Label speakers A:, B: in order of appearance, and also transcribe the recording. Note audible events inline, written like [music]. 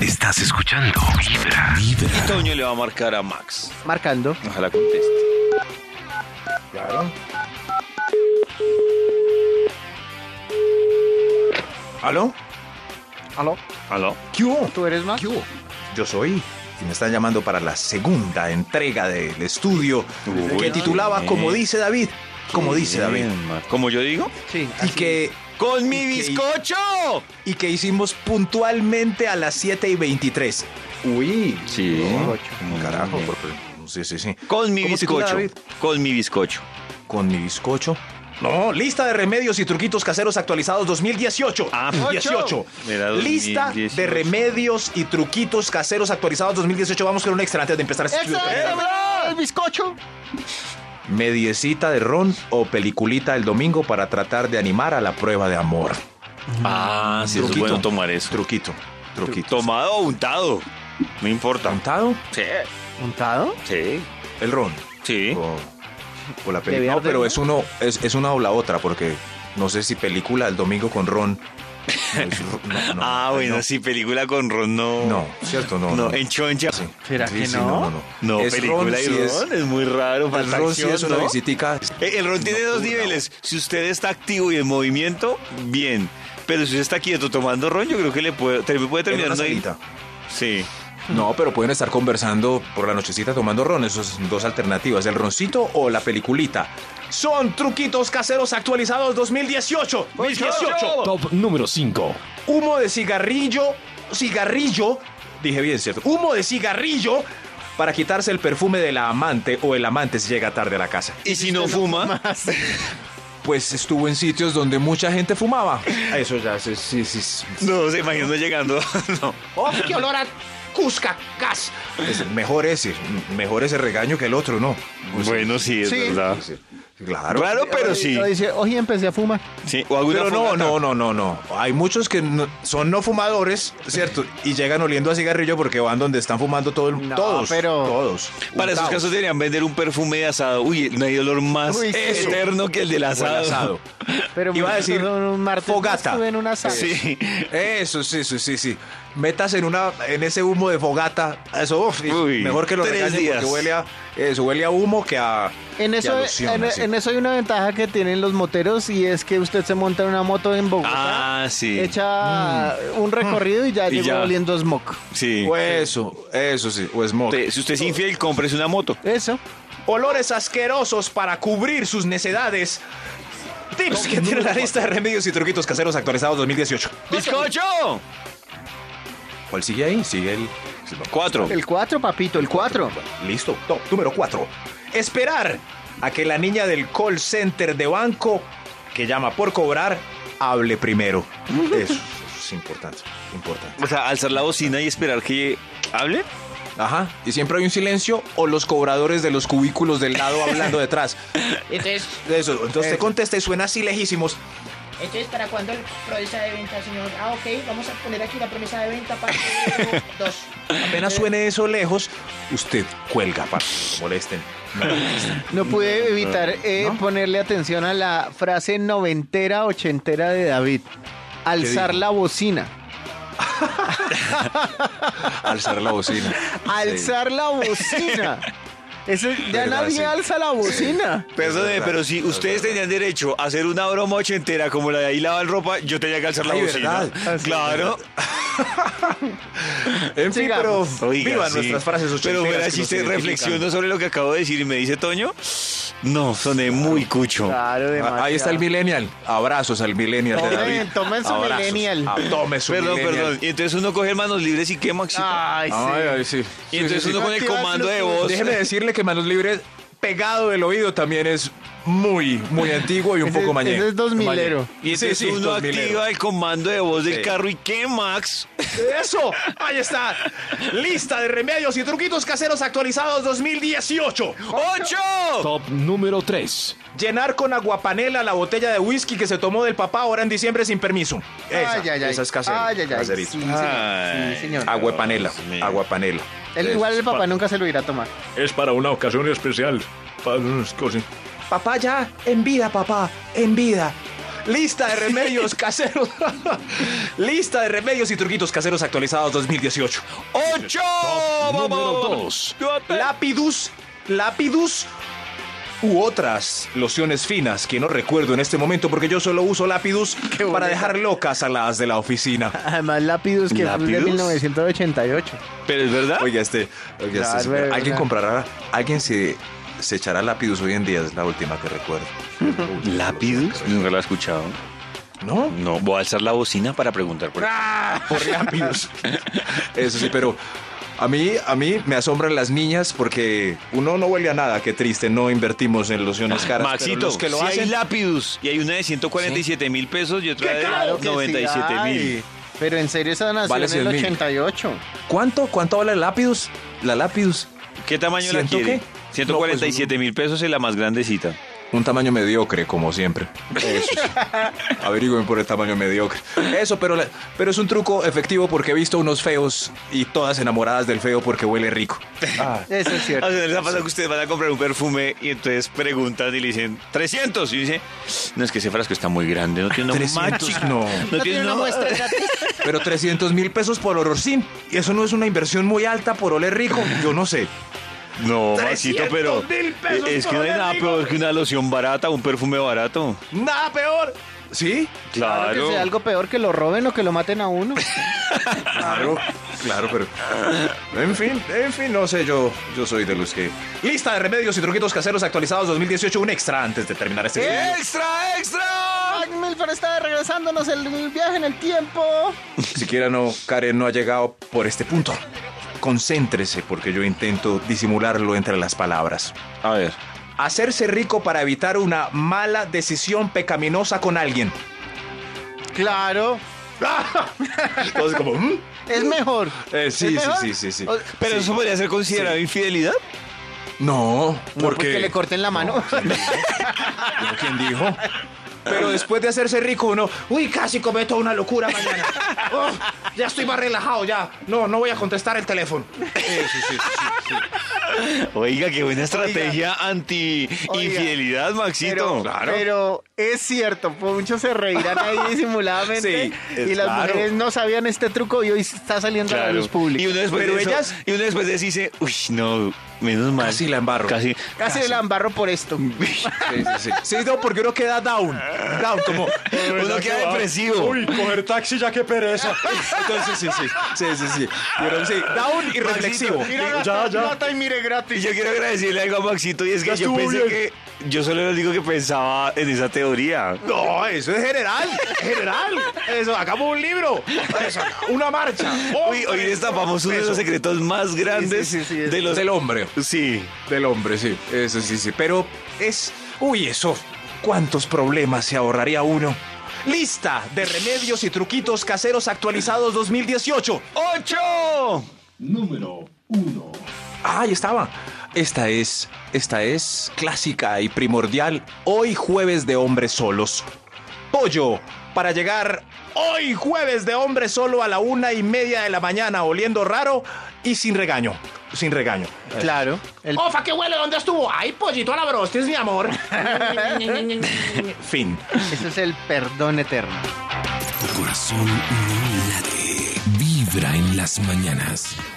A: Estás escuchando Vibra.
B: Y Toño Este le va a marcar a Max.
C: Marcando.
B: Ojalá conteste.
D: Claro. ¿Aló?
C: ¿Aló?
B: ¿Aló?
D: ¿Qué hubo?
C: ¿Tú eres Max?
D: ¿Qué hubo? Yo soy. Y me están llamando para la segunda entrega del estudio
B: Uy,
D: que titulaba
B: bien.
D: Como dice David. Como dice David.
B: Como yo digo.
C: Sí.
D: Y
C: así
D: que,
B: ¡Con mi
D: ¿Y qué?
B: bizcocho!
D: y que hicimos puntualmente a las 7 y 23. Uy.
B: Sí.
D: Carajo. porque- Sí, sí, sí.
B: Con mi
D: ¿Cómo titula,
B: bizcocho.
D: David?
B: Con mi bizcocho.
D: Con mi bizcocho. No, lista de remedios y truquitos caseros actualizados 2018.
B: Ah,
D: 18.
B: Era 2018.
D: Lista de remedios y truquitos caseros actualizados 2018. Vamos con un extra antes de empezar este estudio.
C: ¡Eso! ¡El bizcocho!
D: Mediecita de ron o peliculita el domingo para tratar de animar a la prueba de amor.
B: Ah, sí, es
D: Truquito.
B: bueno tomar eso.
D: Truquito, truquito.
B: Tomado o untado. No importa.
D: ¿Cantado?
B: Sí,
C: ¿Untado?
B: sí,
D: El ron.
B: sí.
D: O, o la película.
C: verde,
D: No, pero
C: ¿no?
D: es uno, es, es una o la otra, porque no sé si película el domingo
B: [laughs]
D: con ron. No, es ro- no, no,
B: ah, bueno,
D: no,
B: sí, película con ron no.
D: No, cierto, no.
B: No,
D: no.
B: en choncha.
D: Sí.
C: ¿Será
D: Sí,
C: que
D: sí,
C: no?
D: no, no, no.
B: No,
D: Es
B: película
D: ron,
B: y
D: sí es-
B: ron es muy raro.
D: el ron sí
B: falta
D: es una
B: acción, ¿no?
D: visitica.
B: Eh, El ron tiene dos
D: nocturna.
B: niveles. Si usted está activo y en movimiento, bien. Pero si usted está quieto tomando ron, yo creo que le puede, te- puede
D: en una
B: terminar ahí.
D: salita.
B: Sí.
D: No, pero pueden estar conversando por la nochecita tomando ron. Esas son dos alternativas, el roncito o la peliculita. Son truquitos caseros actualizados 2018.
B: Pues
D: 2018.
A: Top número 5.
D: Humo de cigarrillo, cigarrillo, dije bien, ¿cierto? Humo de cigarrillo para quitarse el perfume de la amante o el amante si llega tarde a la casa.
B: Y si no [laughs] fuma,
D: Pues estuvo en sitios donde mucha gente fumaba. Eso ya, sí, sí, sí.
B: no se imagina llegando. [laughs] No.
C: ¡Oh, qué olor a Cusca Gas!
D: Es mejor ese, mejor ese regaño que el otro, ¿no? O sea,
B: Bueno, sí, es
C: Sí.
B: verdad.
D: sí, sí. Claro.
B: Raro, pero sí.
C: Lo dice, hoy empecé a fumar.
B: Sí, o alguna
D: Pero no,
B: fogata.
D: no, no, no, no. Hay muchos que no- son no fumadores, ¿cierto? Y llegan oliendo a cigarrillo porque van donde están fumando todo, el-
C: No,
D: todos.
C: pero-
D: Todos.
B: Para esos
D: Untados.
B: casos deberían vender un perfume de asado. Uy, no hay dolor más
C: Uy, sí.
B: eterno que el del
D: O el
B: asado.
D: asado.
C: Pero
D: Iba a
C: muchachos,
D: decir
C: un martes más
D: fogata.
C: estuve en una
B: [laughs]
C: sala.
B: Sí.
D: Eso, sí, sí, sí, sí. Metas en una, en ese humo de fogata. Eso, uf, y
B: Uy,
D: mejor que lo
B: tres
D: regañen
B: días.
D: porque huele a, eso, huele a humo que a.
C: En
D: que
C: eso,
D: a loción,
C: en,
D: así.
C: en eso hay una ventaja que tienen los moteros y es que usted se monta en una moto en Bogotá,
B: Ah, sí.
C: echa un recorrido y ya
B: Y
C: llegó
B: ya.
C: oliendo a smoke.
B: Sí.
D: O eso, eso sí, o smoke.
B: Usted- si usted es infiel, cómprese una moto.
C: Eso.
D: Olores asquerosos para cubrir sus necedades. Tips que tiene la lista de remedios y truquitos caseros actualizados 2018.
B: ¡Bizcocho!
D: ¿Cuál sigue ahí? Sigue el.
B: Cuatro.
C: El 4, papito, el 4.
D: Listo. Top número 4. Esperar a que la niña del call center de banco que llama por cobrar hable primero. Eso, es importante. Importante.
B: O sea, alzar la bocina y esperar que hable.
D: Ajá. Y siempre hay un silencio o los cobradores de los cubículos del [laughs] lado hablando detrás.
E: Entonces, eh.
D: Eso. Entonces te contesta y suena así lejísimos.
E: entonces ¿para cuándo el promesa de venta, señor? Ah, ok, vamos a poner aquí la promesa de venta para
D: [laughs]
E: el 2.
D: Apenas suene eso lejos, usted cuelga para que no lo [laughs] molesten. No lo molesten.
C: No pude evitar eh, ponerle atención a la frase noventera, ochentera de David. Alzar
D: dijo?
C: la bocina.
D: Alzar la bocina.
C: Alzar la
D: [laughs]
C: bocina. Eso, ya
D: Verdad,
C: nadie
D: sí.
C: alza la bocina.
B: Perdóneme,
D: verdad,
B: pero si
D: es
B: ustedes
D: verdad.
B: tenían derecho a hacer una broma ochentera como la de ahí lavan ropa, yo tenía que alzar la
D: Ay,
B: bocina.
D: ¿verdad?
B: Claro.
D: En fin, pero
C: Sigamos.
B: Oiga,
D: vivan
B: sí.
D: nuestras frases
B: Pero
D: ochenteras.
B: verá,
D: que
B: si
D: nos
B: usted
D: identifican.
B: reflexiona sobre lo que acabo de decir y me dice Toño, no, soné muy cucho.
C: Claro,
D: Ah, Ahí está el millennial. Abrazos al millennial de
C: Tomen-
D: David.
C: tomen su
D: Abrazos.
C: millennial.
D: Ah, tomen su
B: Perdón,
D: millennial.
B: perdón. Y entonces uno coge manos libres y qué, Maxito.
C: Ay, sí.
D: Ay, ay, sí.
B: y entonces
D: Sí, sí,
B: uno
D: sí.
B: con el
C: Activa
B: comando de
C: Bluetooth.
B: voz.
D: Déjeme decirle que manos libres pegado del oído también es muy, muy antiguo y un
C: Ese-
D: poco mañé.
C: ese es dos milero.
B: Y entonces
D: Sí, sí,
B: uno
D: dos milero.
B: activa el comando de voz del
D: Sí.
B: carro y qué, Max.
D: ¡Eso! Ahí está. Lista de remedios y truquitos caseros actualizados 2018.
B: ¡Ocho!
A: Top número 3.
D: Llenar con aguapanela la botella de whisky que se tomó del papá ahora en diciembre sin permiso. Esa,
C: Ay, ay, ay.
D: esa es casero,
C: Ay, ay, ay. Sí,
D: caserito.
C: señor.
B: Ay.
C: Sí, señor.
D: Aguapanela, aguapanela.
C: Él, igual el papá nunca se lo irá a tomar.
F: Es para una ocasión especial. Para unas cosas.
D: Papá ya, en vida, papá, en vida. Lista de
A: [laughs]
D: remedios caseros. [laughs] Lista de remedios y truquitos caseros actualizados 2018. ¡Ocho!
A: número dos.
D: Lapidus, lapidus u otras lociones finas que no recuerdo en este momento porque yo solo
A: [laughs]
D: uso lapidus para dejar locas a las de la oficina.
C: Además, Lapidus, que fue de
B: ¿Lapidus?
C: 1988.
B: Pero es verdad.
D: Oiga, este, oiga, este,
C: Claro,
D: señor,
C: bueno.
D: alguien comprará, alguien se, se echará lápidos hoy en día, es la última que recuerdo.
B: ¿Lápidos? Nunca lo he escuchado.
D: ¿No?
B: No, voy a alzar la bocina para preguntar por
D: Por lápidos. Eso sí, pero a mí, a mí me asombran las niñas porque uno no huele a nada, qué triste, no invertimos en lociones caras. pero
B: Maxito,
D: los que lo
B: sí hay
D: hacen,
B: lápidos. Y hay una de 147 mil pesos y otra de
C: que sí
B: 97
C: hay.
B: mil.
C: Pero en serio, esa nació
D: Vale
C: en el
D: 100.000.
C: 88.
D: ¿Cuánto? ¿Cuánto vale el lápidos? La lápidos.
B: ¿Qué tamaño la
D: ¿Ciento
B: quiere?
D: qué?
B: 147 mil pesos es la más grandecita.
D: Un tamaño mediocre, como siempre. Eso [laughs] sí. Averígüen por el tamaño mediocre. Eso, pero, la- pero es un truco efectivo porque he visto unos feos y todas enamoradas del feo porque huele rico. Ah.
C: Eso es
B: O
C: cierto.
B: sea, les ha pasado que ustedes van a comprar un perfume y entonces preguntan y le dicen 300. Y dice, no es que ese frasco está muy grande, no tiene un
D: 300,
B: macho.
D: no.
B: no tiene una muestra.
D: Pero 300 mil pesos por olorcín. Y eso no es una inversión muy alta por oler rico. Yo no sé.
B: No, Maxito, pero es que no hay nada peor que una loción barata, un perfume barato.
D: Nada peor. ¿Sí?
C: Claro que
B: Claro.
C: sea algo peor que lo roben o que lo maten a uno.
D: Claro, claro, pero. En fin, en fin, no sé, yo, yo soy de los que. Lista de remedios y truquitos caseros actualizados 2018, un extra antes de terminar este video.
B: ¡Extra, extra!
C: [laughs] Ay, Milford está regresándonos el viaje en el tiempo.
D: Siquiera no, Karen no ha llegado por este punto. Concéntrese, porque yo intento disimularlo entre las palabras.
B: A ver.
D: Hacerse rico para evitar una mala decisión pecaminosa con alguien.
C: Claro,
D: Entonces, como. ¿hmm?
C: es mejor.
D: Eh, sí,
C: ¿Es
D: sí,
C: mejor?
D: sí, sí, sí.
C: O-
B: Pero eso podría ser considerado infidelidad.
D: No,
C: no, porque le corten la mano.
D: ¿Yo ¿Quién dijo? Pero después de hacerse rico uno, uy, casi cometo una locura [laughs] mañana. Oh, ya estoy más relajado, ya. No, no voy a contestar el teléfono.
B: Oiga, qué buena estrategia anti-infidelidad, Maxito.
C: Pero, pero es cierto, pues, muchos se reirán ahí disimuladamente
D: Sí,
C: y
D: es
C: las
D: claro.
C: mujeres no sabían este truco y hoy está saliendo a la
B: Claro.
C: luz pública.
B: Y uno después
D: Pero
B: de eso-
D: ellas-
B: y uno después de eso dice, uy, no, menos mal.
D: Casi la embarro.
B: Casi.
C: Casi el ambarro por esto.
D: Sí, sí, sí. Sí, no, porque uno queda down. Down, como.
B: Uno queda depresivo.
D: coger taxi ya que pereza. Entonces, sí, sí. Sí, sí, sí. Pero sí, down y reflexivo.
C: ya, ya. y mire
B: Y
C: gratis.
B: yo quiero agradecerle algo a Maxito y es que yo pensé que yo solo le digo que pensaba en esa teoría.
D: No, eso es general. General. Eso, hagamos un libro. Eso, una marcha.
B: Uy, hoy destapamos uno de los secretos más grandes
C: sí, sí, es-
B: de los
D: Del hombre.
B: Sí.
D: Del hombre, sí. Eso sí, sí. Pero es. Uy, eso. ¿Cuántos problemas se ahorraría uno? Lista de remedios y truquitos caseros actualizados 2018.
B: ¡Ocho!
D: Ah, ahí estaba. Esta es. Esta es clásica y primordial. Hoy jueves de hombres solos. Pollo. Para llegar hoy jueves de hombres solo a la una y media de la mañana, oliendo raro y sin regaño. Sin regaño.
C: Claro. El
F: Ofa, qué huele, ¿dónde estuvo? Ay, pollito a la brostis, mi amor.
D: Fin.
C: Ese es el perdón eterno.
G: Tu corazón no late. Vibra en las mañanas.